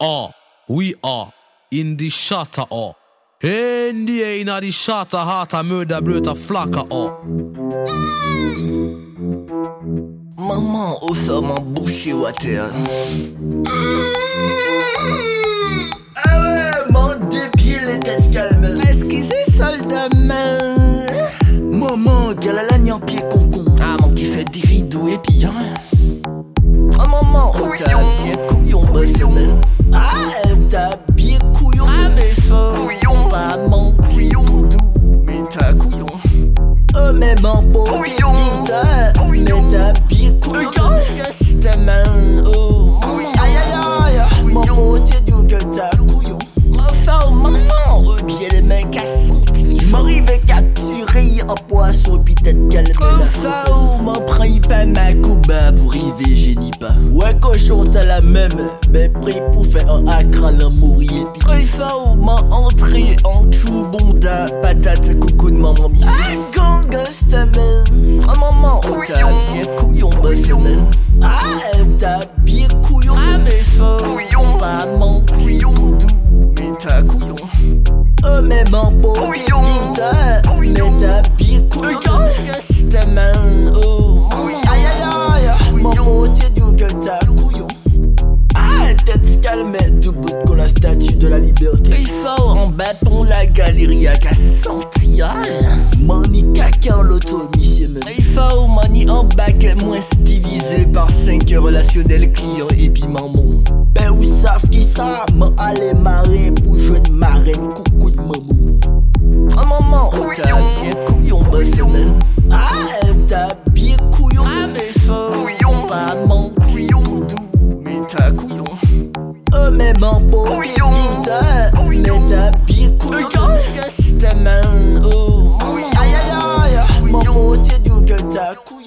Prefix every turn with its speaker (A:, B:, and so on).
A: are, we are in the shatter or. In the air, in the shatter heart, I murder, blurt, a flacker or.
B: Maman au somme en bouche water. Ah ouais, monte de pied les têtes calmes. Excusez, soldat main. Maman, qu'elle a l'agneau en pied concon. Ah, mon qui fait des rideaux et bien. Ah, maman, oh, t'as bien couillon, bah, bossement. Ah, t'as bien couillon. Ah, mais fort. Couillon. Pas mon couillon. Boudou, mais t'as couillon. Oh, mais mon beau. Couillon. Mais t'as bien couillon. Justement, oh. maman. Aïe, aïe, aïe. Maman, t'es doux que t'as couillon. Enfin, maman, oh, bien les mains cassantes. M'arrive à capturer un poisson, puis tête calme. Enfin, oh, m'en prends pas ma couba pour arriver, génie pas. Ouais, cochon, t'as la même. Mais pris pour faire un acre à la mourir. Puis enfin, oh, m'en entré en chou, bonda, patate, coucou de maman, mi. Ah, gang, justement. Un maman, oh, t'as bien couillon, bossement. Ah, t'as bien couillon. Ah, mais fort. Couillon. Pas mon couillon. Boudou, mais t'as couillon. Oh, mais mon beau. Couillon. Mais t'as bien couillon. Justement, oh. maman. Aïe, aïe, aïe. Maman, t'es doux que t'as couillon. Ah, tête calme, debout qu'on la statue de la liberté. Il faut en bas pour la galerie à Cassantia. Mani caca en l'auto, monsieur même. Il faut mani en bac, moins divisé par 5 relationnel client et puis maman. Ben ou savent qui ça, m'en aller marrer pour jouer de marraine, coucou de maman. Un moment, oh t'as bien couillon, bah, bossement. Ah, t'as bien couillon. Ah, mais fort. Couillon. Pas mon couillon. Boudou, mais t'as couillon. Oh, mais mon beau. Couillon. Mais t'as bien couillon. Justement, oh. Aïe, aïe, aïe. Maman, t'es doux que t'as couillon.